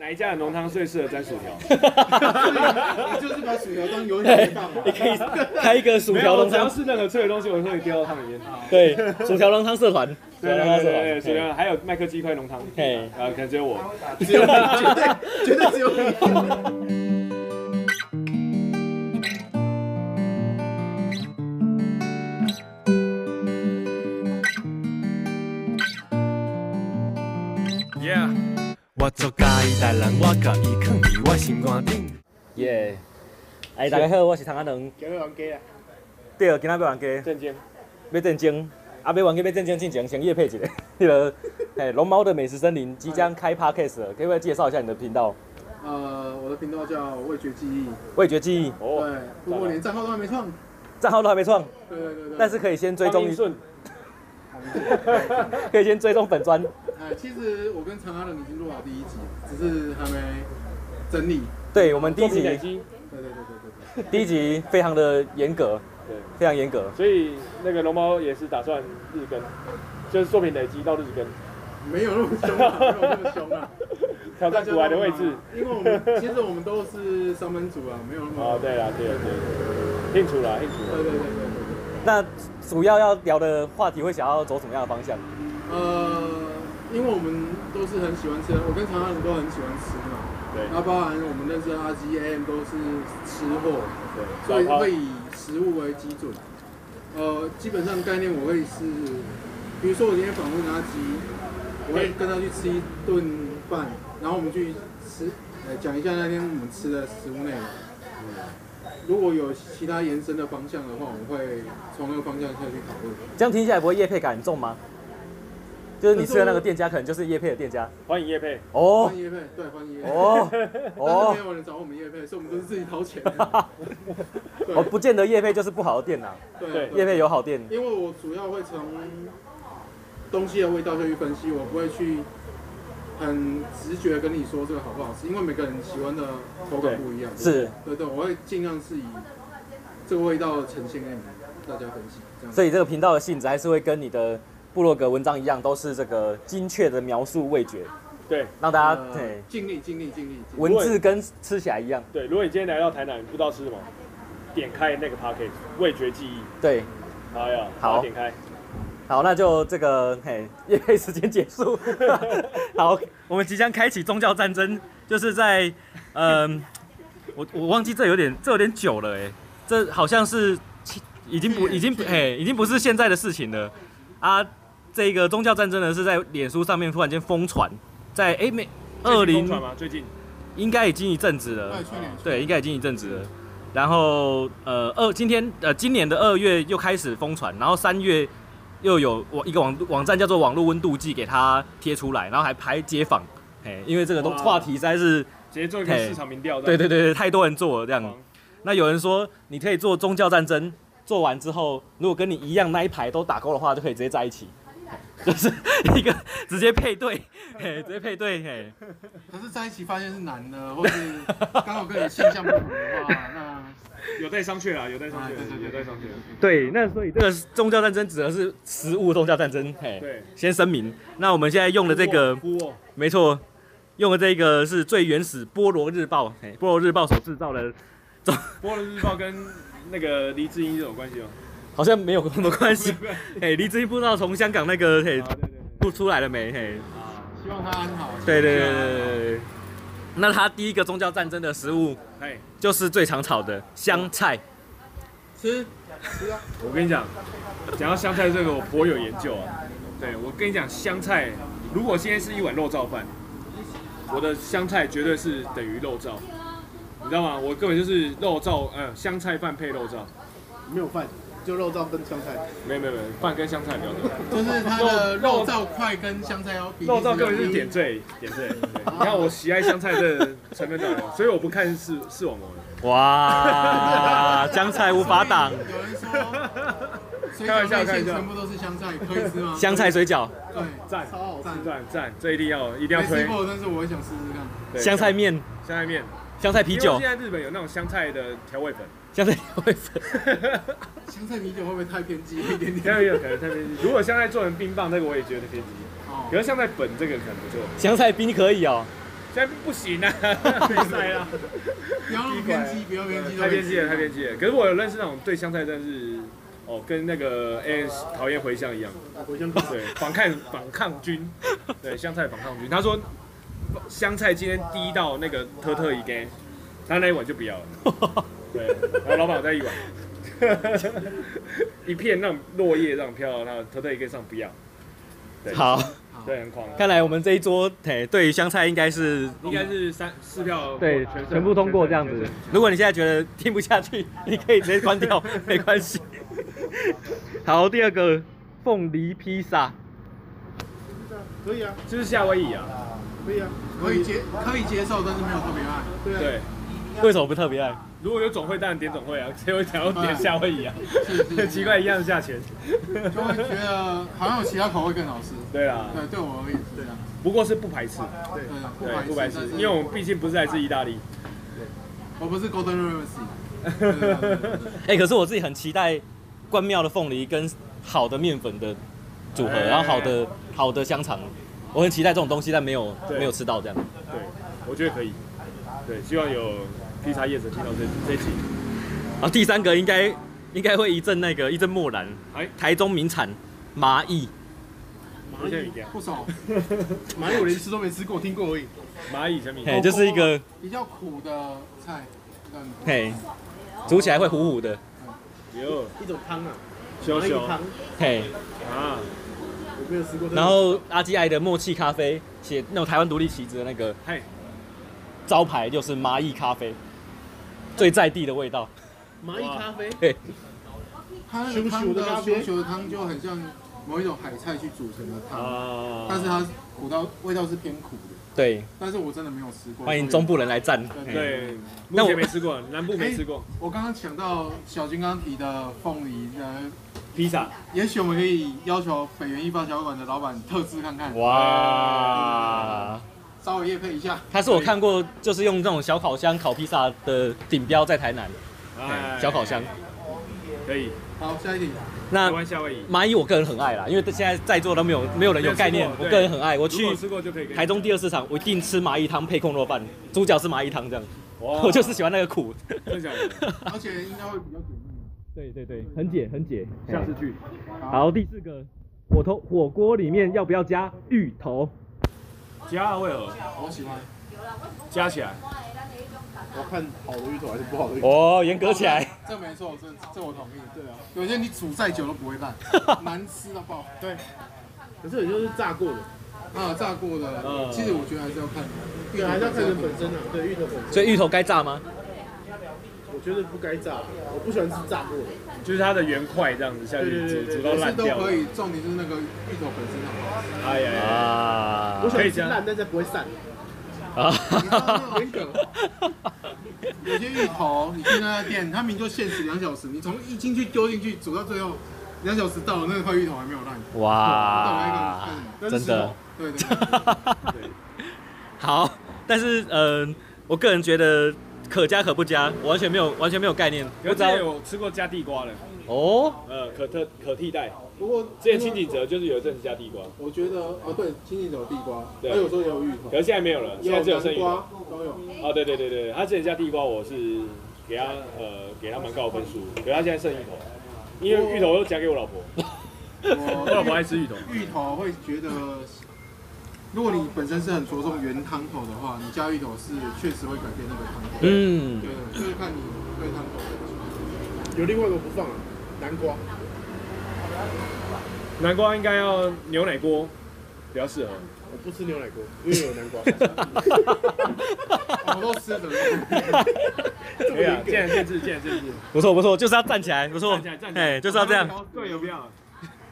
哪一家的浓汤最适合 沾薯条？你就是把薯条当油条放嘛你。可以开一个薯没条有，龙只要汤，是任何脆的东西，我都会丢到汤里面。对，薯条龙汤社团，薯对对条龙汤对社对团对，薯嘿，条还有麦克鸡块浓汤。嘿，啊，可能只有我。只有你绝对绝对只有你。我做介意代人，我甲伊囥伫我心肝顶。耶！哎，大家好，我是唐阿能。给人给啊！对，今仔要玩家，正经，要正经，啊，要玩家要正经进前先夜配一个， 那个，哎，龙猫的美食森林即将开 podcast 了，可以不可以介绍一下你的频道？呃，我的频道叫味觉记忆。味觉记忆，哦，对，不过连账号都还没创。账号都还没创，对对对对。但是可以先追 方踪英，顺， 可以先追踪本专。哎，其实我跟长阿人已经录好第一集，只是还没整理。对我们第一作品累集，积。对对对对对第一集非常的严格，对，非常严格。所以那个龙猫也是打算日更，就是作品累积到日 更，对，没有那么凶啊，没有那么凶啊。挑战古玩的位置。因为我们其实我们都是上班族啊，没有那么。哦，对了，对了，对了，应出了，应出对了。对对对对对。那主要要聊的话题会想要走什么样的方向？呃，因为我们都是很喜欢吃，我跟长安人都很喜欢吃嘛。对那包含我们认识的阿基 AM 都是吃货，所对，以老会饕以食物为基准。呃，基本上概念我会是，比如说我今天访问阿基，我会跟他去吃一顿饭，然后我们去吃，呃，讲一下那天我们吃的食物内容。如果有其他延伸的方向的话，我们会从那个方向下去讨论。这样听起来不会叶配感很重吗？就是你吃的那个店家，可能就是叶配的店家欢迎叶佩。哦欢迎叶配， 对，欢迎叶配。哦但哦是没有人找我们叶配，所以我们都是自己掏钱的。对 哦，不见得叶配就是不好的店呐、啊对对对叶配有好店，因为我主要会从东西的味道下去分析，我不会去很直觉跟你说这个好不好吃，因为每个人喜欢的口感不一样。是，对对，我会尽量是以这个味道呈现给你们大家分析，这样子。所以这个频道的性质还是会跟你的部落格文章一样，都是这个精确的描述味觉，对让大家呃啊对尽力尽力尽力，尽力文字跟吃起来一样。对，如果你今天来到台南，不知道吃什么，点开那个 p a c k a g e 味觉记忆。对，哎呀，好把它点开。好，那就这个嘿，夜配时间结 束。好，我们即将开启宗教战争，就是在 嗯、我我忘记这有点这有点久了哎，这好像是七已经不已经不嘿已经不是现在的事情了啊。这个宗教战争呢是在脸书上面突然间疯传，在哎没二最近零疯传吗？最近应该已经一阵子了对，，去年对，应该已经一阵子了。然后呃二今天呃今年的二月又开始疯传，然后三月又有网一个网网站叫做网络温度计给它贴出来，然后还排街访，哎，因为这个东哇话题实在是直接做一个市场民调。对对对对太多人做了嗯这样狂。那有人说你可以做宗教战争，做完之后如果跟你一样那一排都打勾的话，就可以直接在一起。就是一个 直接配对，嘿，直接配对，嘿，可是在一起发现是男的，或是刚好跟你性向不符的话，那有待商榷啦，有待商榷啊对对，对有待对商对榷。对，那所以这个宗教战争指的是食物宗教战争，嘿，对，先声明，那我们现在用的这个，呼哦，没错，用的这个是最原始菠萝日报，哎，菠萝日报所制造的，波罗日报跟那个黎智英有关 系吗？好像没有什么关系不。是哎，黎志英不知道从香港那个嘿啊，对对对不出来了没？嘿，啊，希望他安好。对对对对对对。那他第一个宗教战争的食物哎，就是最常炒的香菜，吃吃啊，我跟你讲，讲到香菜这个，我颇有研究啊。对，我跟你讲，香菜如果现在是一碗肉燥饭，我的香菜绝对是等于肉燥，你知道吗？我根本就是肉燥，呃，香菜饭配肉燥，没有饭就肉燥跟香菜。没有没有没有，饭跟香菜比较多，就是它的肉燥块跟香菜要比例肉要燥根本就是点缀点缀。对 你看我喜爱香菜的成分到了，所以我不看视视网膜的。哇，啊香菜无法挡，有人说水饺内馅全部都是香菜，可以吃吗？香菜水饺、对，赞超好吃。赞赞，这一定要一定要没推吃。过，但是我也想试试看。对香菜面、香菜面，香菜啤酒因为、现在日本有那种香菜的调味粉。 香菜 味粉，香菜啤酒会不会太偏激一点香点？菜有可能太偏激。如果香菜做成冰棒，那个我也觉得偏激。哦可，是香菜粉这个可能不错，香菜冰可以哦。现在不行 啊，没赛啊，不要那么偏激，不要偏激，太偏激了，太偏激了。可是我有认识那种对香菜真的是，哦，跟那个 A 讨啊厌茴香一样，了。我先不对，反抗 反抗军，对，香菜反抗军。他说，香菜今天第一道那个特特一根，他那一碗就不要了。对，然后老板我再一碗， 一片让落叶让飘到他的特特一根上不要。对， 好，对，很狂。啊看来我们这一桌，哎，对于香菜应该是应该是三四票对全胜全部通过这样全子胜。如果你现在觉得听不下去，你可以直接关 掉，没关系。好，第二个凤梨披萨，可以啊， 就是夏威夷啊，可以啊，可以接可以接受，但是没有特别爱。对啊，对。为什么不特别爱？如果有总会，当然点总会啊，谁会想要点夏威夷啊？是 是奇怪，一样价钱。就会觉得好像有其他口味更好吃。对啦，对，对我而言是这样。不过是不排斥，对，对，不不好排意思斥，，但是因为我们毕竟不是来自意大利。我不是 Golden r e v e r s 对啊对啊对啊哎、可是我自己很期待关庙的凤梨跟好的面粉的组合，哎然后好的好的香肠，我很期待这种东西，但没有对没有吃到这样。对，我觉得可以。对，希望有披萨业者听到这这一集。然后第三个应该应该会一阵那个一阵漠然，哎，台中名产麻蚁，我先你讲不熟，蚂蚁我连吃都没吃过，我听过而已。蚂蚁产品，嘿，就是一个比较苦的菜，嗯但嘿，煮起来会糊糊的，有一种汤啊，修那修个汤啊，嘿。我没有吃过。然后阿基爱的默契咖啡写那种台湾独立旗帜的那个嘿，招牌就是麻蚁咖啡，最在地的味道。蚂蚁咖啡，它那个汤的熊熊的汤就很像某一种海菜去煮成的汤，啊，但是它苦到味道是偏苦的，对，但是我真的没有吃过。欢迎中部人来赞。所以。嘿对，目那我前没吃过，南部没吃 过我刚刚想到小金刚提的凤梨，呃，披萨。也许我们可以要求北园一包小馆的老板特制看看，哇！稍微夜配一下。它是我看过，就是用这种小烤箱烤披萨的顶标在台南，哎小烤箱。可以，好，下一题，台那湾夏威夷。蚂蚁我个人很爱啦，因为现在在座都没有没有人有概念没有吃，过对我个人很爱。我如果去有吃过就可以给你。台中第二市场，我一定吃麻蚁汤配控肉饭，猪脚是麻蚁汤这样，哇， 我就是喜欢那个苦。真假的而且应该会比较解腻。对对对，很解很解。哎下次去。好，第四个，火头火锅里面要不要加芋头？加味哦尔我喜欢，加起来，我看好的芋头还是不好的芋头。哦，严格起来。这没错，这这我同意。对啊，有些你煮再久都不会 烂，难吃到爆。对，可是有些是炸过的，啊，炸过的，嗯其实我觉得还是要看，对，还是要看人本身啊。对，芋头本身，所以芋头该炸吗？我觉得不该炸，我不喜欢吃炸过的。就是就是它的圆块这样子下去对对煮对对煮到每次烂都掉了。可以，重点就是那个芋头本身好。哎呀呀呀， 啊我喜可以欢这吃样烂，但是不会散。啊你知道那种梗有些芋头，你去那家店，他明就限时两小时，你从一进去丢进去煮到最后，两小时到了，那个块芋头还没有烂。啊哇，真的，对对对，好，但是嗯、呃我个人觉得可加可不加，我完全没有完全没有概念，我我只之前要有吃过加地瓜的，哦，呃，可特可替代。不过之前清景泽就是有一阵子加地瓜，我觉得哦，对，清近有地瓜，对还有时候也有芋头可，是现在没有了，现在只有剩南芋头。瓜都有。哦，对对对对，他之前加地瓜，我是给他呃给他蛮高的分数，可是他现在剩芋头，因为芋头又夹给我老婆，我我老婆爱吃芋头。芋头会觉得，如果你本身是很着重原汤头的话，你加芋头是确实会改变那个汤头。嗯对，，就是看你对汤头的喜欢。有另外一个不放啊，南瓜。南瓜应该要牛奶锅比较适合，我不吃牛奶锅，因为有南瓜。 我都吃 的，这么对啊严，格见仁见智，见仁见智。不错不错，就是要站起来，不错站起来，站起来哦哎，就是要这样，嗯对，有必要。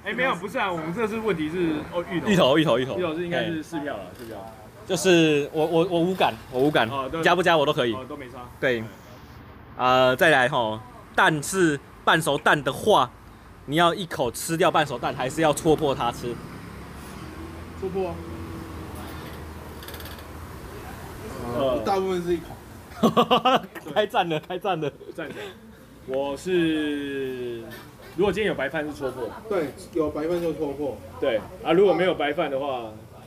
哎，没有，不是啊，我们这次问题是哦芋头，芋，头芋头芋头，芋头是应该哎是四票啊了，四票。就是我我我无感， 我无感哦对，加不加我都可以哦，，都没差。对，呃，再来吼，蛋是半熟蛋的话，你要一口吃掉半熟蛋，还是要戳破它吃？ 突破啊，嗯呃，哦大部分是一口。开战了，开战了！站起来。我是，如果今天有白饭是戳破，对，有白饭就戳破。对啊，如果没有白饭的话，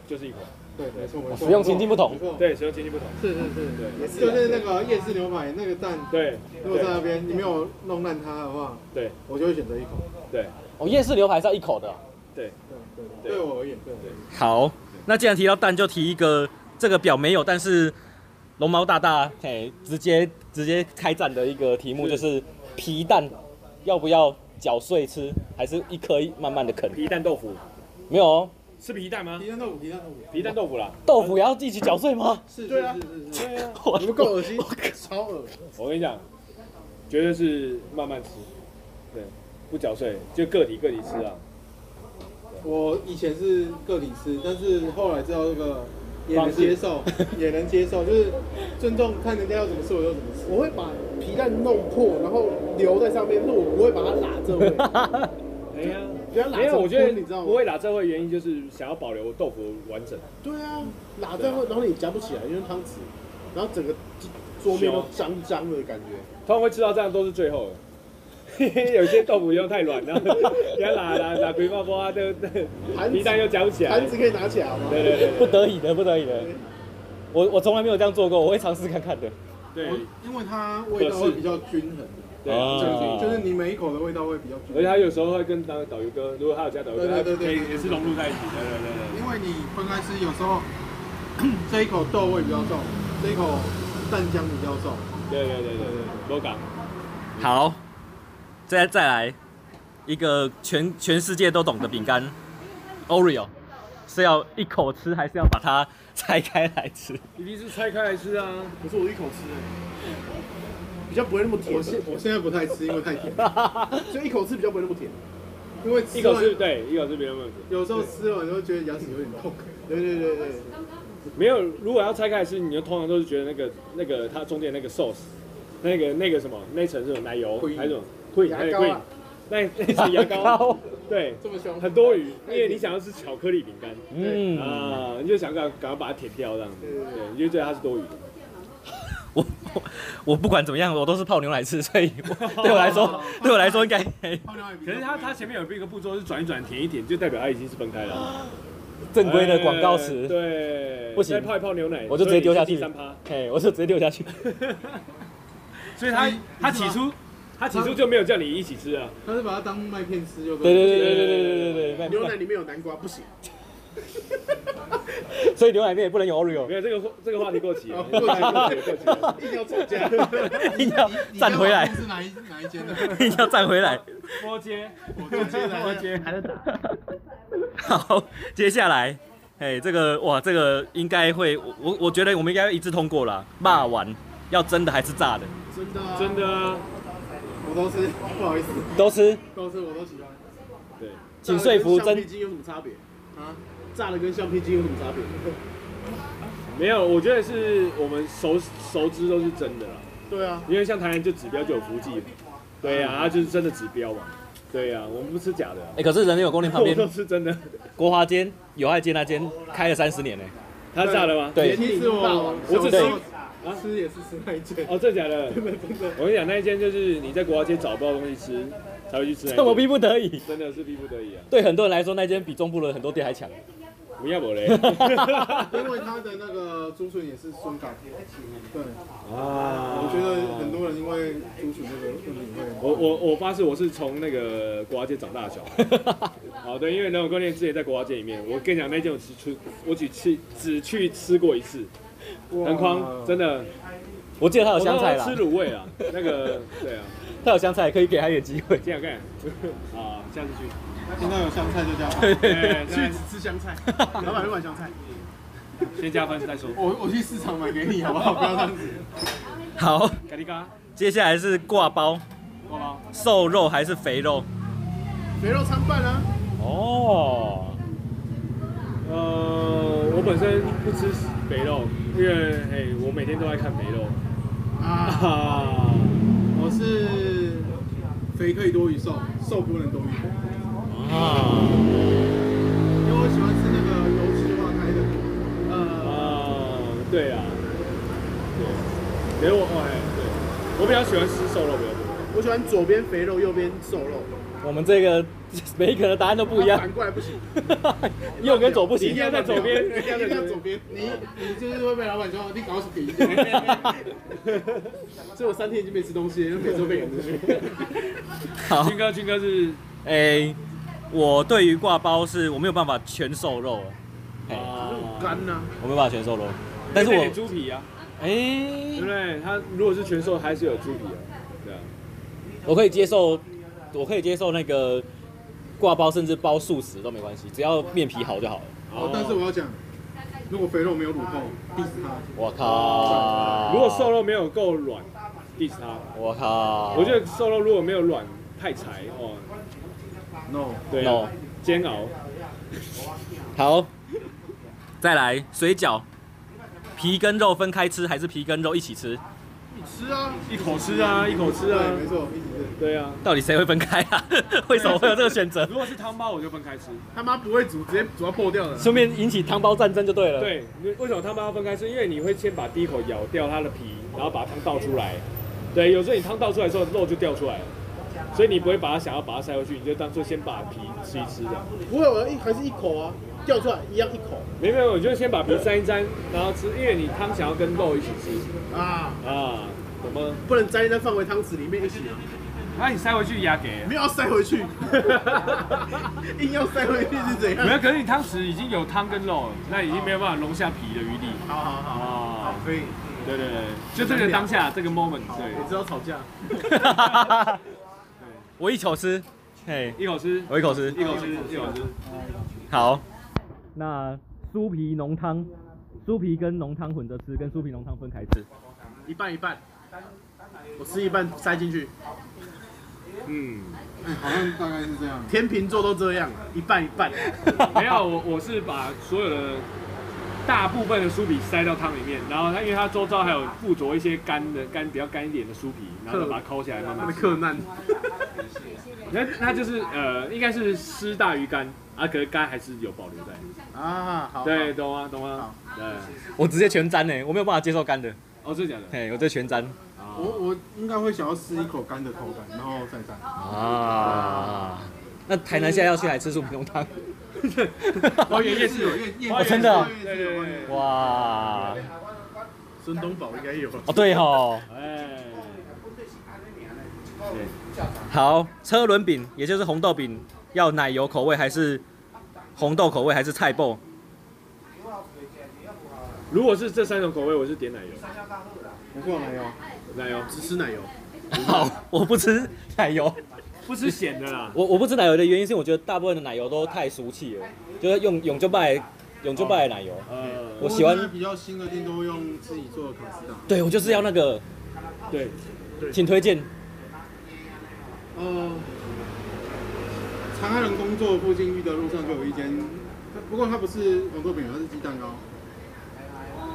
就是一口。对，没错没错。使用情境不同没错，对，使用情境不同。是是是，对也是啊就是那个夜市牛排那个蛋，对，如果在那对，边你没有弄烂它的话，对，我就会选择一口。对，哦，夜市牛排是要一口啊的，对对，对对我而言，对对。好，那既然提到蛋，就提一个这个表没有，但是龙猫大大嘿直接直接开战的一个题目，就是皮蛋要不要搅碎吃，还是一颗一慢慢的啃？皮蛋豆腐没有哦，是皮蛋吗？皮蛋豆腐，皮蛋豆腐，皮蛋豆腐啦，豆腐也要一起搅碎 吗？是，对啊是是是是，我你们够恶心，啊超恶心。我跟你讲，绝对是慢慢吃，对，不嚼碎，就个体个体吃啊。我以前是个体吃，但是后来知道这个也能接 受，也能接受，就是尊重看人家要怎么吃我就怎么吃。我会把皮蛋弄破，然后留在上面，但是我不会把它拉这位，哎呀， 不要拉没这有，位，我觉得你知道不吗？会打这会原因就是想要保留豆腐完整，对啊，拉这会，然后你夹不起来，因为汤匙，然后整个桌面都脏脏的感觉。通常会吃到这样都是最后的。嘿嘿，有些豆腐又太软了，人家拉拉拉皮包包啊，都都盘皮蛋子又夹不起来盘。子可以拿起来好吗？对对对不对得已的，不得已的。我我从来没有这样做过，我会尝试看看的。对我 因为它味道会比较均衡，对啊这样子就是你每一口的味道会比较均而且啊他衡，有时候会跟当导游哥，如果他有加导游哥，对对对他对也对对也是融入在一起。对对对对。因为你分开吃，有时候 这一口豆味比较重，这一口蛋浆比较重。对对对对对，多港好，再再来一个全全世界都懂的饼干，Oreo，是要一口吃，还是要把它拆开来吃？一定是拆开来吃啊。可是我一口吃欸，比较不会那么甜我，现我现在不太吃，因为太 甜，就一口吃比较不会那么甜。因为一吃口完是对，一口是别人问题。有时候吃了你会觉得牙齿有点痛。对对对对，没有，如果要拆开来吃，你就通常都是觉得那个那个它中间那个 sauce，那个那个什么那层是有奶油 Cream 还是什么 q u e e 还牙有膏 q u e 啊 e 那 那层牙膏，对，这么凶，很多余，因为你想要吃巧克力饼干嗯，啊，你就想赶赶快把它舔掉这样子，对，你就觉得它是多余的。我我我不管怎么样，我都是泡牛奶吃，所以我对我来说，对我来说应该嘿泡牛奶比可较是它它前面有一个步骤是转一转舔一舔，就代表它已经是分开了。正规的广告哎词，对，不行再泡一泡牛奶，我就直接丢下所以你去是第三趴。嘿，我就直接丢下去。所以他所以他起初他起初就没有叫你一起吃啊，他是把它当麦片吃就对了对对对对对对对牛对奶里面有南瓜不行，对，所以牛奶里面也不能有 Oreo，没有这个这个话题过期了，过 过期期了了，过期了。一定要吵架。硬要 站回来，是哪一哪一间的？硬要站回来。摸街，我接来摸街， 好，接下来，哎，这个哇，这个应该会，我我我觉得我们应该一致通过了。骂完要真的还是炸的？真的啊，真的啊，我都吃，不好意思，都吃，都吃我都喜欢。对，请说服炸的跟橡真皮筋有什么差别？啊，炸的跟橡皮筋有什么差别？没有，我觉得是我们熟熟知都是真的啦，对啊，因为像台南就指标就有福记，对啊，它就是真的指标嘛，对啊，我们不吃假的啊，哎，可是人民有功能旁 我都 边吃真的。国华街、友爱街那间开了三十年呢。他炸了吗？对，其实我我只小时吃候吃也是吃那一间，哦， 真的假的？我跟你讲，那一间就是你在国华街找不到东西吃，才会去吃那一间。这么逼不得已。真的是逼不得 已啊，对很多人来说，那间比中部的很多店还强。不要我嘞。因为它的那个竹笋也是松感。对，啊我觉得很多人因为竹笋这个问题我会，我我发誓，我是从那个国华街长大的小孩。 好，对，因为南有观念之前在国华街里面，我跟你讲那间我只吃，我只去只去吃过一次，哇南匡真的，我记得它有我香菜都啦，吃卤味啊，那个对啊，它有香菜，可以给它一点机 会。这样看，啊，下次去，哎听到有香菜就加。对，去现在吃香 菜，老板会买香菜。先加分再说，我我去市场买给你好不好？不要这样子。好，咖喱咖，接下来是挂包，好吗？瘦肉还是肥肉？肥肉参半啊，哦，呃，我本身不吃肥肉，因为哎，我每天都在看肥肉啊，啊，我是肥可以多于瘦，瘦不能多于肥，啊因为我喜欢吃那个油脂化开的。呃，啊，哦对啊，对，给我哎，对，我比较喜欢吃瘦肉比较多。我喜欢左边肥肉，右边瘦肉，我们这个每一个人的答案都不一样反，过来不行， 右跟左不行，一定要在左边。一定要左边。你你就是会被老板说你搞什么鬼？所以我三天已经没吃东西了，因为每周被赶出去。 好，军哥，军哥是哎、我对于挂包是我没有办法全瘦肉了，啊，干呐，我没有办法全瘦肉，但是可以我配点猪皮啊，哎、对不对？他如果是全瘦，还是有猪皮啊，对啊，我可以接受，我可以接受那个挂包，甚至包素食都没关系，只要面皮好就好了。 哦，但是我要讲，如果肥肉没有乳臭，diss 他。我靠！如果瘦，肉没有够软，diss 他。我靠！我觉得瘦肉如果没有软，太柴哦， No，对 No 啊，煎熬。好，再来水饺，皮跟肉分开吃还是皮跟肉一起吃？你吃啊，一口吃啊，一口吃对啊，，没错，一直是对啊。到底谁会分开啊？ 为什么会有这个选择如？果是汤包，我就分开吃。 他妈不会煮，直接煮到破掉了。顺便引起汤包战争就对了。，对，为为什么汤包要分开吃？因为你会先把第一口咬掉它的皮，然后把汤倒出来。对，有时候你汤倒出来的时候，肉就掉出来了，所以你不会把它想要把它塞回去，你就当做先把皮吃一吃的。不会，我一还是一口啊，掉出来一样一口没有没有，你就先把皮沾一沾，然后吃，因为你汤想要跟肉一起吃啊，啊，懂吗？不能沾一沾放回汤匙里面一起啊，那、你哎塞回去压给。没有要塞 回去，硬要塞回去是怎没有，样？可是你汤匙已经有汤跟肉了，那已经没有办法容下皮的余地。好好好好，啊，可以，对对对，就这个当下这个 moment，我知道吵架， 我一口吃，嘿，对，一口吃，我一口吃。一口吃，一口吃。好，那酥皮浓汤，酥皮跟浓汤混着吃，跟酥皮浓汤分开吃。 一半一半，我吃一半塞进去，嗯，哎， 好像大概是这样。天秤座都这样，一半一半，没有，我我是把所有的大部分的酥皮塞到汤里面，然后它因为它周遭还有附着一些干的干比较干一点的酥皮，然后再把它抠起来慢他慢的吃。克难，那那就是呃，应该是湿大于干啊，可是干还是有保留在。啊，好，对，懂吗？懂吗？对，我直接全沾呢、我没有办法接受干的，哦，真的假的？嘿，我这全沾我我应该会想要吃一口干的口感，然后再蘸。啊。那台南现在要去来吃酥皮浓汤，花园夜市有，夜夜哦真的哦对对对， 哇，孙东宝应该有，哦对吼，哎，好，车轮饼也就是红豆饼，要奶油口味还是红豆口味还是菜爆？如果是这三种口味，我是点奶油，不错奶油，奶油只吃奶油，好，我不吃奶油，不吃咸的啦。 我我不吃奶油的原因是，我觉得大部分的奶油都太俗气了，就是用永就拜永就拜的奶油。啊呃，我喜欢不过现在比较新的店都用自己做的卡斯达。对，我就是要那个，对，请推荐。呃，长安人工作附近遇的路上就有一间，不过它不是红豆饼，它是鸡蛋糕。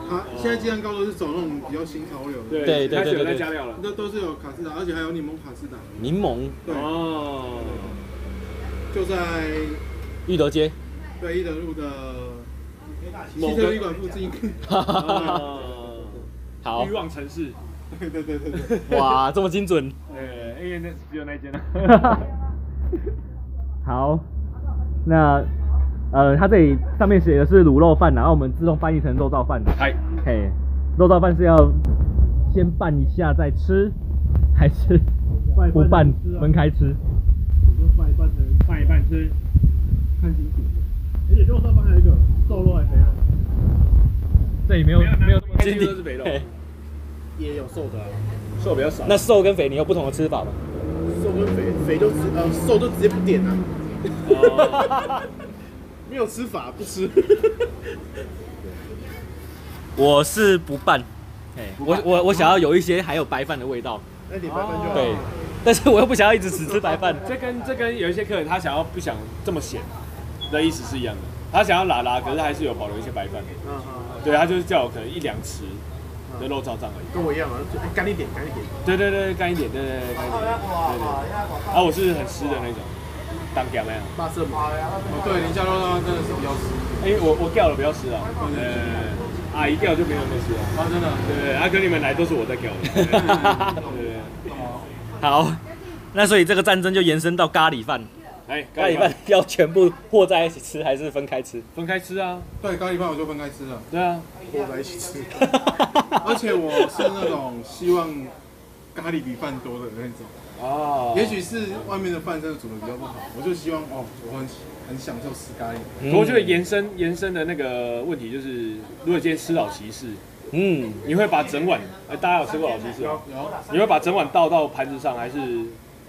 它现在鸡蛋糕都是走那种比较新潮流的，对对对开始有对在对加料了。那都是有卡斯达，而且还有柠檬卡斯达。柠檬对，哦，就在玉德街， 对一德路的某汽个车旅馆附近。啊哦 好欲望城市， 对对对对对，哇，这么精准。呃，因为那只有那一间了。啊 好，那呃，它这里上面写的是卤肉饭，然后我们自动翻译成肉燥饭。嗨，嘿，肉燥饭是要先拌一下再吃，还是不拌分开吃？啊拌一拌成拌一拌吃，看心情，而且肉上面还有一个瘦肉还肥肉，这里没有没有开心都是肥肉，嘿也有瘦的、啊，瘦比较少。那瘦跟肥你有不同的吃法吗？瘦跟肥肥就直呃瘦就直接不点啊，哦 没有吃法不吃，我是不拌，嘿，我我我想要有一些还有白饭的味道，哦那点白饭就好。对，但是我又不想要一直只吃白饭。这跟这跟有一些客人他想要不想这么咸的意思是一样的，他想要拉拉，可是还是有保留一些白饭。嗯嗯，对，他就是叫我可能一两匙的肉燥酱而已。跟我一样啊，就哎干一点干一点，对对对，干一点，对对对，干一点，对对。啊，我是很湿的那种，当干那样。霸色嘛，哦对，林家肉燥真的是比较湿，哎，我我掉了，不要湿啊。呃，阿姨掉就没有那么湿了。啊真的。对对，啊，跟你们来都是我在掉的。对对。好，那所以这个战争就延伸到咖喱饭，哎，咖喱饭要全部和在一起吃还是分开吃？ 分开吃啊，对，咖喱饭我就分开吃了，对啊，和在一起吃。 而且我是那种希望咖喱比饭多的那种。哦，也许是外面的饭真的煮的比较不好，我就希望哦，我很很享受吃咖喱。可我觉得延伸延伸的那个问题就是，如果今天吃老骑士，嗯，你会把整碗，哎，大家有吃过老骑士吗？有，你会把整碗倒到盘子上，还是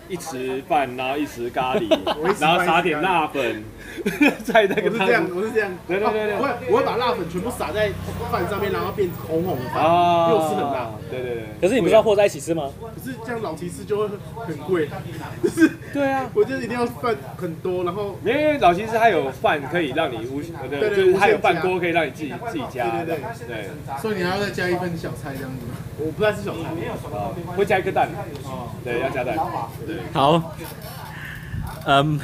一匙饭，然后一匙咖喱 我一，匙然后饭撒一匙点咖喱辣粉， 在那我个是汤这样，里我是这样。对对对对哦我会我会把辣粉全部撒在饭上面，然后变红红的饭，啊，又吃很辣。对对对，可是你不是要和在一起吃吗？可是这样老提士就会很贵，就是对啊。我就一定要饭很多，然后因为老骑士它有饭可以让你无，呃对，对就对是它有无限加饭锅可以让你自己自己加，对对对对，所以你还要再加一份小菜这样子。我不太吃小菜，会加一颗蛋，哦对，要加蛋，好，嗯，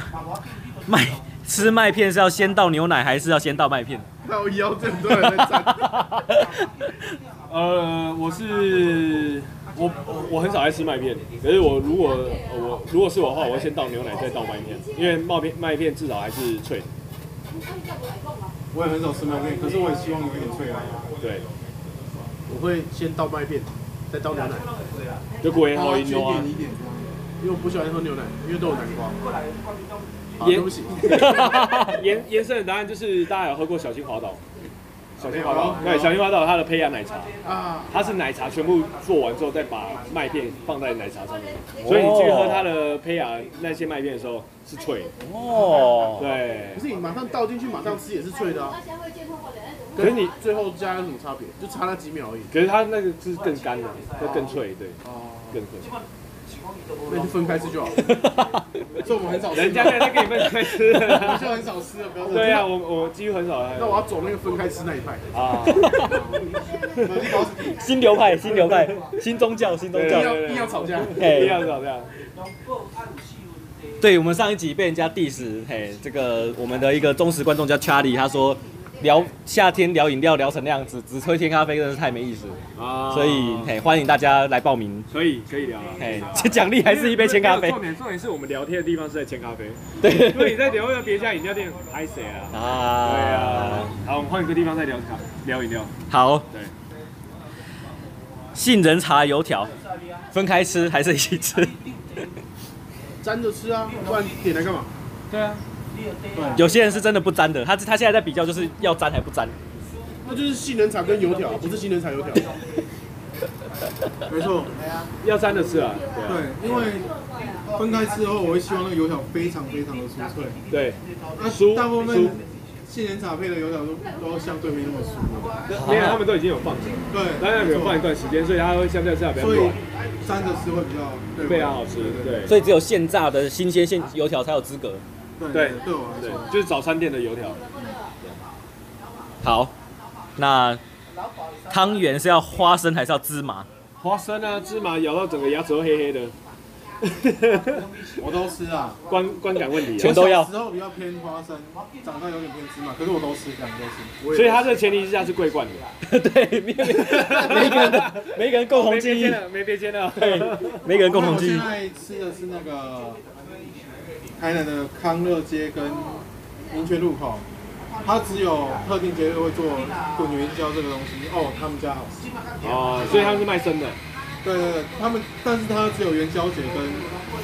麦吃麦片是要先倒牛奶还是要先倒 麦片？那我腰这么多人在站，呃，我是我我很少爱吃麦片，可是我如果呃我如果是我的话，我会先倒牛奶再倒麦片，因为麦片麦片至少还是脆的。 我也很少吃麦片，可是我也希望有一点脆啊。对，我会先倒麦片，再倒牛奶，就果然然后好均饮用啊 匀。一点这样。因为我不喜欢喝牛奶，因为都有南瓜。好，也对 不起。延延伸的答案就是大家有喝过小青华岛，小青华岛啊，对，小青华岛它的胚芽奶茶，啊，它是奶茶全部做完之后再把麦片放在奶茶上面，所以你去喝它的胚芽那些麦片的时候是脆的，哦，对可。是你马上倒进去，马上吃也是脆的、啊，可是你，最后加有什么差别？就差那几秒而已，可是它那个是更干的，就更脆，对，哦，更脆。那就分开吃就好了。所以我们很少 吃。哦人家在那给你们开吃。我们就很少吃了，不要对啊，我我几乎很少 那我要走那个分开吃那一派，啊， 新流派，新流派，新宗教，新宗对教对。啊要硬要吵架。 一样的这样。对我们上一集被人家 diss，嘿，这个我们的一个忠实观众叫 Charlie，他说聊夏天聊饮料聊成那样子，只喝一天咖啡真的是太没意思，啊所以嘿欢迎大家来报名，可以可以聊了。嘿，这奖励还是一杯千咖没有啡重，点重点是我们聊天的地方是在千咖啡，对所以你在聊别家饮料店拍谁啊？对啊 啊，，好，我们换一个地方再聊咖聊饮料。好，对，杏仁茶油条分开吃还是一起 吃？沾着吃啊，不然点来干嘛？对啊，有些人是真的不沾的，他他现在在比较就是要沾还不沾，那就是杏仁茶跟油条，不是杏仁茶油条。没错，要沾的吃啊。对，因为分开吃后，我会希望那个油条非常非常的酥脆。对那大部分杏仁茶配的油条都都相对没那么酥。对，因为他们都已经有放，对，当然没有放一段时间，所以它会相对之下比较所以软，沾着吃会比较对非常好吃。对啊所以只有现榨的新鲜现油条才有资格。对对对，对我啊来对说，，就是早餐店的油条，好，那汤圆是要花生还是要芝麻？花生啊、芝麻咬到整个牙齿都黑黑的， 我都吃啊。观观感问题全啊。都要小时候比较偏花生，长大有点偏芝麻，可是我都吃，两个都吃。所以它的前提之下是桂冠的，对，每 每一个人的每一个人共同没记别忆煎，了，没别煎了。 对，每一个人共我同记现忆。在吃的是那个呃台南的康乐街跟民权路口，它只有特定节日会做滚元宵这个东西。哦，他们家好吃。哦，所以他们是卖生的。对对对，他们，但是它只有元宵节跟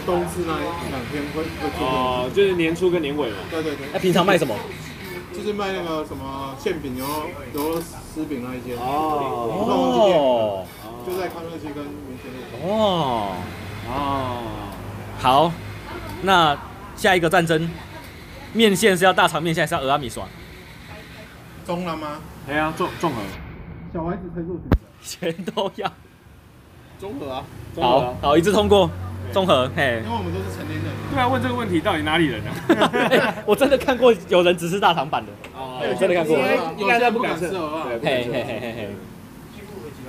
冬至那两天会会做这个。哦，就是年初跟年尾嘛。对对对，那平常卖什么？就是卖那个什么馅饼、牛肉牛肉丝饼啊那一些，哦哦就在康乐街跟民权路口。哦，哦，好，那下一个战争，面线是要大肠面线还是要俄阿米爽？中了吗？哎啊呀，综综合。小孩子才做选择。全都要。综合啊，综合好啊。好，一致通过，综合。 嘿因，为我们都是成年人。对啊，问这个问题到底哪里人啊？ 哎我真的看过有人只是大肠版的。哦真的看过因为有些人不敢吃吃，好不好对，不敢嘿吃嘿嘿嘿嘿。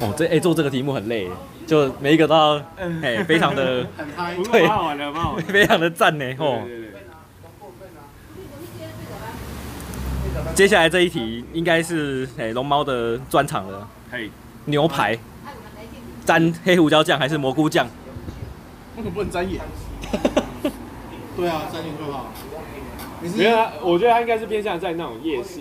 哦，这哎、做这个题目很累，就每一个都要哎、非常的很嗨不。过蛮好玩的，蛮好玩的。非常的赞呢哦。对对对。接下来这一题应该是哎、龙猫的专场了，嘿，牛排沾黑胡椒酱还是蘑菇酱？为什么不能沾盐？对啊，三点就好。你是没有啊，我觉得他应该是偏向在那种夜市，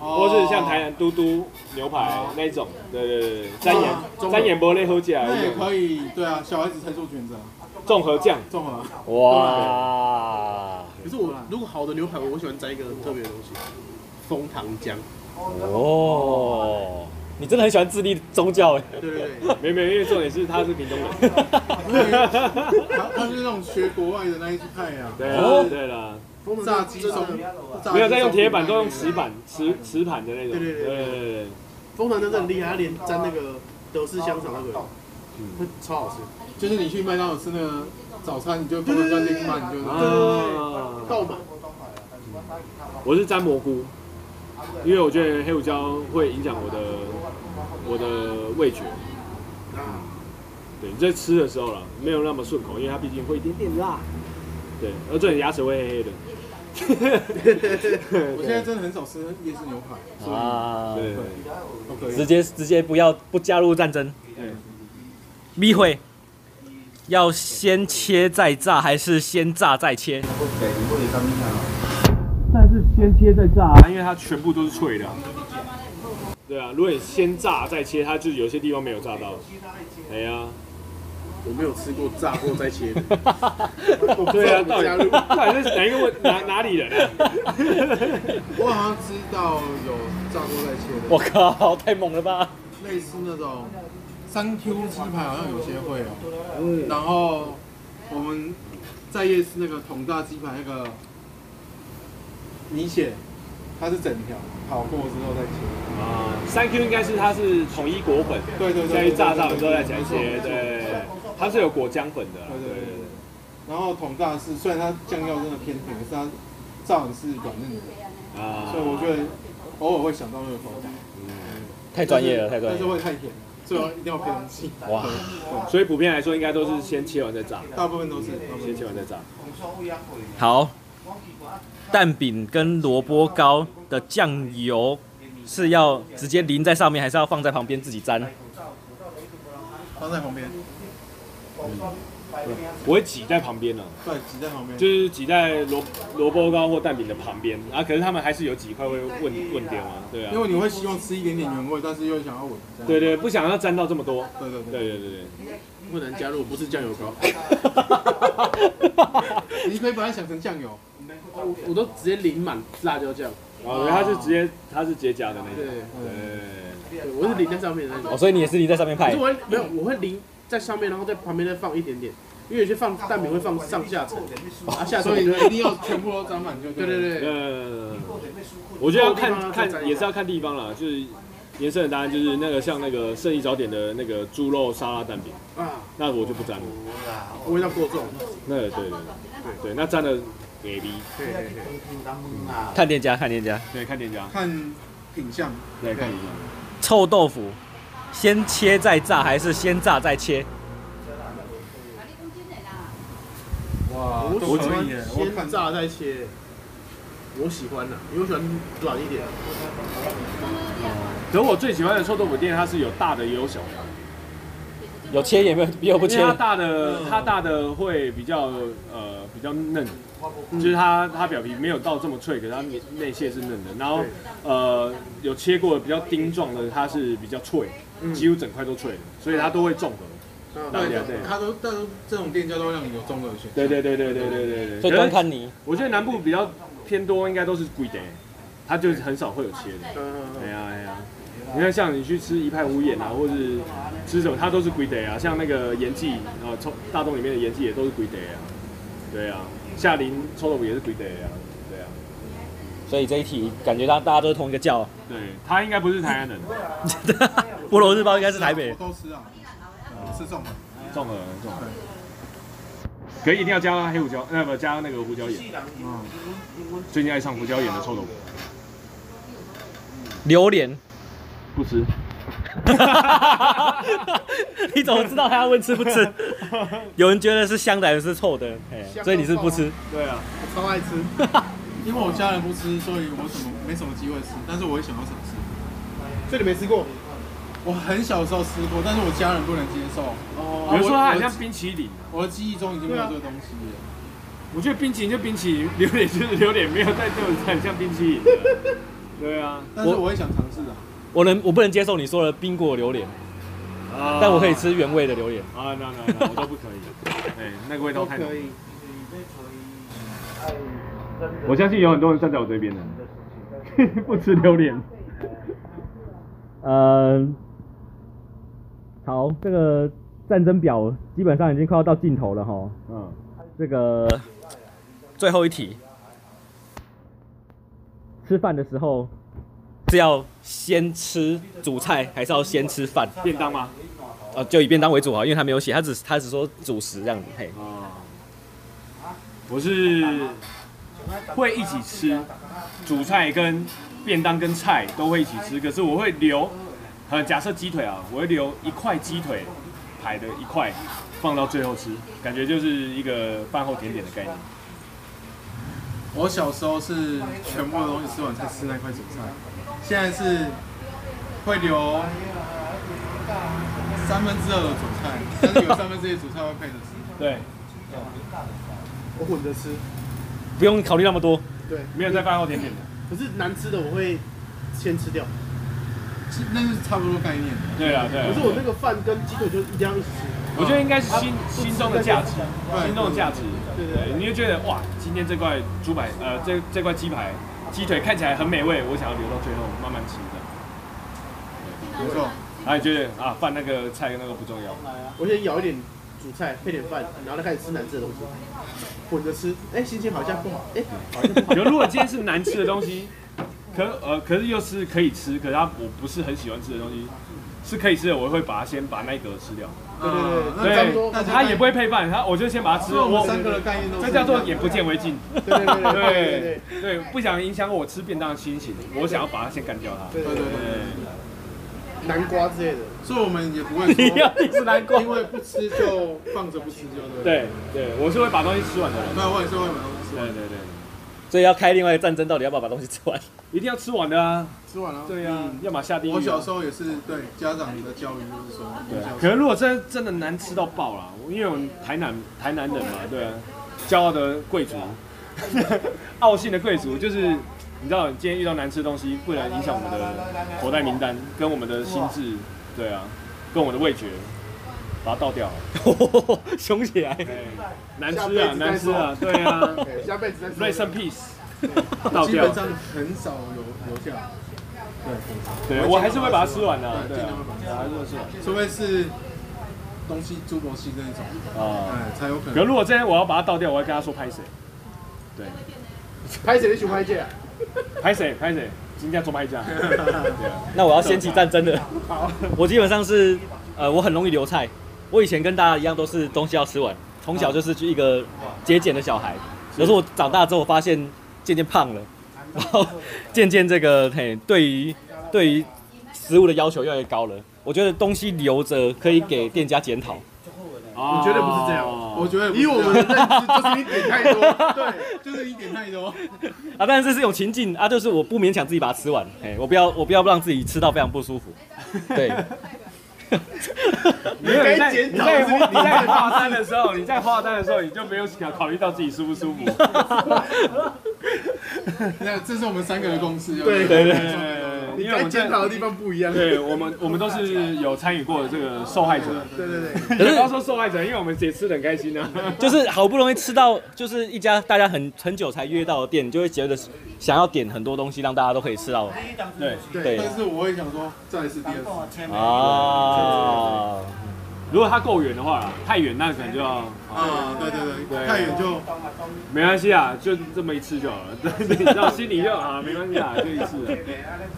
哦或是像台南嘟嘟牛排那一种。对对对对，沾哦啊盐沾盐不类喝起来那也那种可以，对啊，小孩子才做选择，综合酱。中了。啊哇，可是我如果好的牛排，我喜欢沾一个很特别的东西，枫糖浆。哦，你真的很喜欢自立宗教欸哎。对对对，没有没有，因为重点是他是屏东人。 他他是那种学国外的那一派啊，对啊，哦对啦，炸鸡松，炸鸡没有在用松铁饼板，那都用类的瓷板、瓷瓷盘的那种。对对对对对对对枫糖浆真的很厉害，它连沾那个德式香肠那个，那超好吃。就是你去麦当劳吃那个早餐，你就不能叫另外，你就对。那啊爆满，我是沾蘑菇，因为我觉得黑胡椒会影响我的我的味觉。对，你在吃的时候了，没有那么顺口，因为它毕竟会一点点辣。对，而这里牙齿会黑黑的。 我现在真的很少吃夜市牛排， 所以啊，对，都可直以。接直接不要不加入战争。对咪会要先切再炸，还是先炸再切？啊因为它全部都是脆的啊。对啊，如果你先炸再切，它就有些地方没有炸到。哎呀，我没有吃过炸过再切的，对啊，到加入底到底是哪一个问哪哪里人啊？ 我好像知道有炸过再切的， 我靠，太猛了吧！类似那种三 Q 鸡排，好像有些会哦。然后我们在夜市那个桶大鸡排那个米血，它是整条烤过之后再切。啊，三 Q 应该是它是统一果粉，对对再对炸炸完之后再对加对一对些，没错没错对，它是有果浆粉的啦，对对对对对对对。然后桶大是虽然它酱料真的偏甜，可是它炸完是软嫩的，啊，所以我觉得偶尔会想到那个口感。太专业了，太专但业是了。会太甜，所以我一定要配东西。哇，所以普遍来说应该都是先切完再炸，大部分都是。先切完再炸。好，蛋饼跟萝卜糕的酱油是要直接淋在上面，还是要放在旁边自己沾？放在旁边，我会挤在旁边呢，对，挤在旁边。就是挤在萝萝卜糕或蛋饼的旁边啊。可是他们还是有几块会问问掉啊，对啊因，为你会希望吃一点点原味，但是又想要稳。这样对对，不想要沾到这么多。对对对对，对对 对，不能加入不是酱油膏，你可以把它想成酱油。我我都直接淋满辣椒酱。然后哦它是直接它是直接加的那对种，，嗯，对，对我是淋在上面的那种哦，。所以你也是淋在上面可派是我会没有，我会淋在上面，然后在旁边再放一点点，因为有些放蛋饼会放上下层，啊下层所以就你一会，定要全部都沾满就对对了对对，呃，我觉得要看看也是要看地方啦，就是延伸的答案就是那个像那个圣意早点的那个猪肉沙拉蛋饼，啊那我就不沾了。味道过重，那对对对对，那沾了给力。对对对，看店家，看店家。对，看店家，看品相，对，看店家。臭豆腐先切再炸，还是先炸再切？哇我喜欢我看先炸再切，我喜欢的，啊因为我喜欢软一点，可我最喜欢的臭豆腐店，它是有大的也有小的，有切也没有，也有不因为切它的。大的它大的会比较呃比较嫩，就是它它表皮没有到这么脆，可是它内内馅是嫩的。然后呃有切过的比较丁状的，它是比较脆，几乎整块都脆的，所以它都会综合。对对对对，它都但都这种店家都让你有综合选。对对对对对对对对。所以端看你，我觉得南部比较偏多，应该都是贵的，它就是很少会有切的。嗯，哎呀哎呀，你看像你去吃一派胡眼啊，或是吃什么，它都是 g r 啊，像那个盐记，呃，臭大洞里面的盐记也都是 g r 啊，对啊，夏林臭豆腐也是 g r 啊，对啊，所以这一题感觉到大家都是同一个教。对他应该不是台南人，菠萝日报应该是台北哦我。都吃啊，吃这种的。中了中了，可以一定要加黑胡椒，呃不加那个胡椒盐，嗯最近爱上胡椒盐的臭豆腐，榴莲，不吃， 你怎么知道他要问吃不吃？有人觉得是香的，有人是臭的，哎香所以你是不吃。对啊，我超爱吃，因为我家人不吃，所以我什么没什么机会吃，但是我也想要尝试。这里没吃过，我很小的时候吃过，但是我家人不能接受。比哦，如说它很像冰淇淋，我的记忆中已经没有啊这个东西了。我觉得冰淇淋就冰淇淋，榴莲就是榴莲，没有在这种很像冰淇淋的。对啊，但是我也想尝试啊。 我能我不能接受你说的冰果榴莲，啊但我可以吃原味的榴莲。啊，no no no，我都不可以。对，那个味道都太浓可。以。我相信有很多人站在我这边的， 不吃榴莲。嗯，好，这个战争表基本上已经快要到尽头了哈。嗯，这个最后一题吃饭的时候是要先吃主菜，还是要先吃饭？便当吗？哦，就以便当为主啊，因为他没有写，他只他只说主食这样子。嘿，啊，我是会一起吃，主菜跟便当跟菜都会一起吃，可是我会留，呃，假设鸡腿啊，我会留一块鸡腿排的一块放到最后吃，感觉就是一个饭后甜点的概念。我小时候是全部的东西吃完才吃那块主菜，现在是会留三分之二的主菜，但是有三分之一的主菜会配着吃。对，我混着吃，不用考虑那么多。对，没有在饭后甜点的。可是难吃的我会先吃掉。其实那是差不多概念。对啊，对啊。可是我那个饭跟鸡腿就一定要一起吃，我觉得应该是心心中的价值，对心中的价值。对对对，你就觉得哇，今天这块猪排，呃，这这块鸡排、鸡腿看起来很美味，我想要留到最后慢慢吃的。没错，然后你觉得啊，饭那个菜那个不重要。我先舀一点主菜配点饭，然后再开始吃难吃的东西，混着吃。哎，心情好像不好，哎，好像不好可。如果今天是难吃的东西，可呃，可是又是可以吃，可是它我不是很喜欢吃的东西，是可以吃的，我会把它先把那一格吃掉。对对对那差对不多，那，就它也不会配饭，它我就先把它吃。所以我我们三个的概念都是这一样叫做眼不见为净。对对对对 对对，不想影响我吃便当的心情，我想要把它先干掉它。对对对对对，对，南瓜之类的。所以我们也 不会说因为不吃就放着不吃就对。，对对，我是会把东西吃完的人。没有，啊我也是会买东西吃对完对，对，所以要开另外一个战争，到底要不要把东西吃完？ 一定要吃完的啊。吃完了。对啊，嗯要么下地狱啊。我小时候也是对家长的教育就是说，对啊小时可候是如果真真的难吃到爆啦，因为我们台南台南人嘛，对啊，骄傲的贵族，傲性的贵族，就是你知道，你今天遇到难吃的东西，不然影响我们的口袋名单跟我们的心智，对啊，跟我们的味觉，把它倒掉。凶起来。对难下吃辈啊，子再难吃说啊，对 啊 OK，下哎辈子再，Rest 说 in。peace，倒 基掉本。上很少有留下来，对，我还是会把它吃完的、对对尽啊量会把它，吃我完还是会吃完。除非是东西猪脖系那一种，啊，哎，才有可可能。如果今天我要把它倒掉，我会跟他说拍谁，拍谁的熊拍姐？拍谁，拍谁，今天做拍 价。对啊，那我要掀起战争了。我基本上是，呃，我很容易留菜。我以前跟大家一样，都是东西要吃完，从小就是一个节俭的小孩。可是我长大之后，发现渐渐胖了，然后渐渐这个嘿，对于对于食物的要求越来越高了。我觉得东西留着可以给店家检讨。你绝对不是这样哦我觉得以我们的认知，就是你点太多。对，就是你点太多，啊，但是这是一种情境啊，就是我不勉强自己把它吃完，哎，我不要我不要让自己吃到非常不舒服。对， 没有你在该检你讨在是你你在画单的时候，你在画单的时候，你就没有考考虑到自己舒不舒服。 那这是我们三个的共识。 对对对对对对，你因为我该们检在讨的地方不一样。对对我们我们都是有参与过的这个受害者。对对，不要说受害者，因为我们也吃的很开心啊。就是好不容易吃到，就是一家大家很很久才约到的店，你就会觉得想要点很多东西，让大家都可以吃到。对，对但是我会想说，再一次第二次，啊，如果它够远的话啦，太远那可能就要啊，对对对对，太远就没关系啊，就这么一次就好了。 对，你知道心里就啊，没关系啊，就一次了。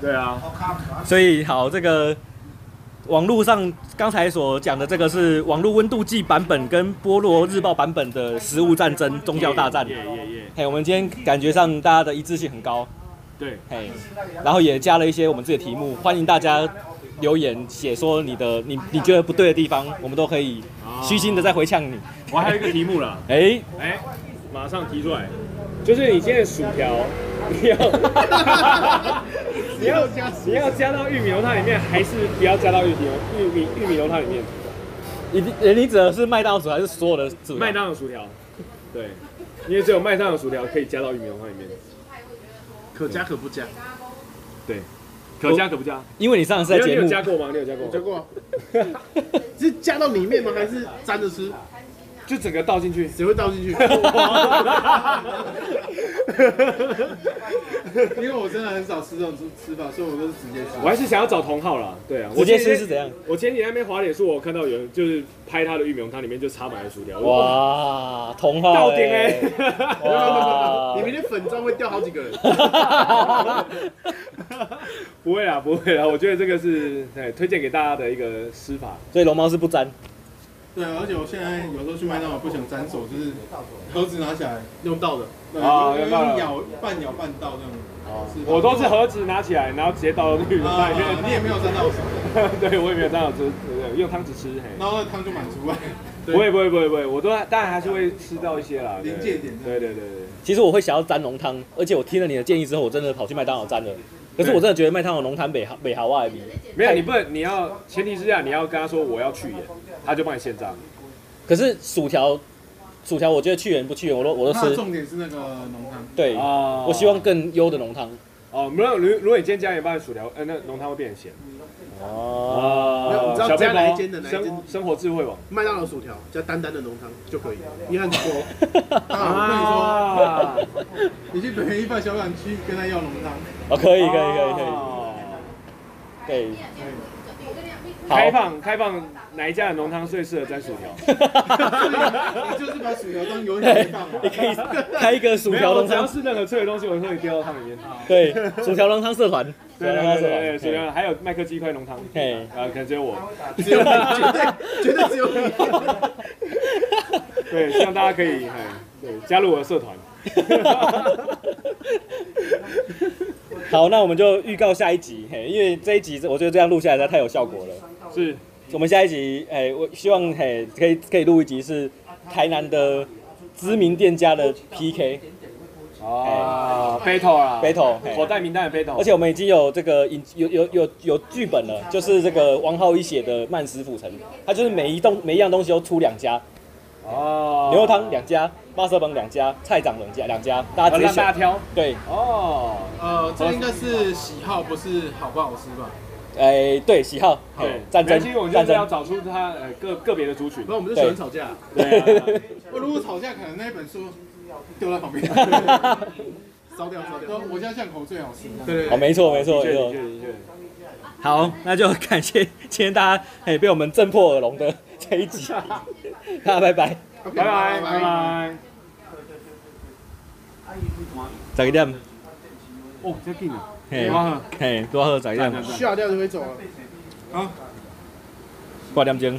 对啊，所以好，这个网络上刚才所讲的这个是网络温度计版本跟波罗日报版本的食物战争、宗教大战。耶耶耶，嘿，我们今天感觉上大家的一致性很高，对，嘿，然后也加了一些我们自己的题目，欢迎大家留言写说你的你你觉得不对的地方，我们都可以虚心的再回呛你。我还有一个题目啦，哎、哎，马上提出来，就是你现在薯条，你要，你要你要加到玉米浓汤里面，还是不要加到玉米玉米玉米浓汤里面？你你你指的是麦当劳薯还是所有的薯？麦当劳薯条，对，因为只有麦当劳薯条可以加到玉米浓汤里面，可加可不加，可加可不加。因为你上次你在有你节有目，加过吗？你有加过加吗？过啊？是加到里面吗？还是沾着吃？就整个倒进去。谁会倒进去？ 因为我真的很少吃这种吃法，所以我都是直接我吃。还是想要找同号啦，对啊，直接吃是怎样？我前几天那边滑脸书，我看到有人就是拍他的玉米浓汤，里面就插满了薯条，哇，哇，同号到欸顶哎、哇你明天粉妆会掉好几个人。 不会啊啦，不会啦，我觉得这个是哎推荐给大家的一个施法，所以龙猫是不沾，对啊，而且我现在有时候去麦当劳不想沾手，就是盒子拿起来用到的，对，哦用有道理用咬半咬半倒这样。吃法我都是盒子拿起来，然后直接倒到玉米浓啊汤里，你也面，没有沾到手，对我也没有这样吃，对用汤匙吃，嘿，然后那汤就满出来。不会不会不会不会，我都当然还是会吃到一些啦，对临界点对对对对。其实我会想要沾浓汤，而且我听了你的建议之后，我真的跑去麦当劳沾了。可是我真的觉得麦当劳浓汤北豪北豪外比，没有，你不能，你要前提之下，你要跟他说我要去演，他就帮你现炸。可是薯条薯条，我觉得去盐不去盐，我都我都它的吃。重点是那个浓汤，对，哦我希望更优的浓汤。哦，没有，如如果你今天加盐巴的薯条，呃，那浓汤会变很咸。 哦，哦你知道小加面哪包一间的哪一间生生活智慧网麦当劳薯条加单单的浓汤就可以了。你很多，啊啊，你去北一饭小港区跟他要浓 汤，哦，可以可以可哦以可以，开好放开放，哪一家的浓汤最适合沾薯条？啊 你就是把薯条当油条放嘛。你可以开一个薯没条有，我浓只要汤，是任何脆的东西，我都会丢到汤里面。对，薯条浓汤社团，薯对对条对浓汤对对，社薯团，条还有麦克鸡块浓汤。嘿啊，可能只有我。只有你，绝对绝对只有你。 对，希望大家可以，嘿对，加入我的社 团。好，那我们就预告下一集，嘿，因为这一集我觉得这样录下来实在太有效果了。是，我们下一集，哎、我希望嘿可以可以录一集是台南的知名店家的 PK 哦，battle 啊 battle，嘿、口袋名单的 battle，哦而且我们已经有这个影有有有有剧本了，就是这个王浩一写的《慢食府城》，它就是每一栋每一样东西都出两家，哦，呃牛肉汤两家，巴色崩两家，菜长两家两家，大家哦直接让大家选。挑对，哦，呃，这应该是喜好，不是好不好吃吧？哎、对，喜好，嘿对，战争没关系我们就战是要争，找出他呃个个别的族 群那，我们就喜欢吵架，对啊，我如果吵架，可能那一本书丢在旁边。 烧掉烧掉。说我家巷口最好吃。对哦，对，没错没错的确没的错确。的确。好，那就感谢 今天大家哎被我们震破耳 聋的这一集，大家拜拜。拜拜拜拜。十一点，哦，这近啊，嘿，哇，嘿，拄好十一点，下掉就会走了。八点钟，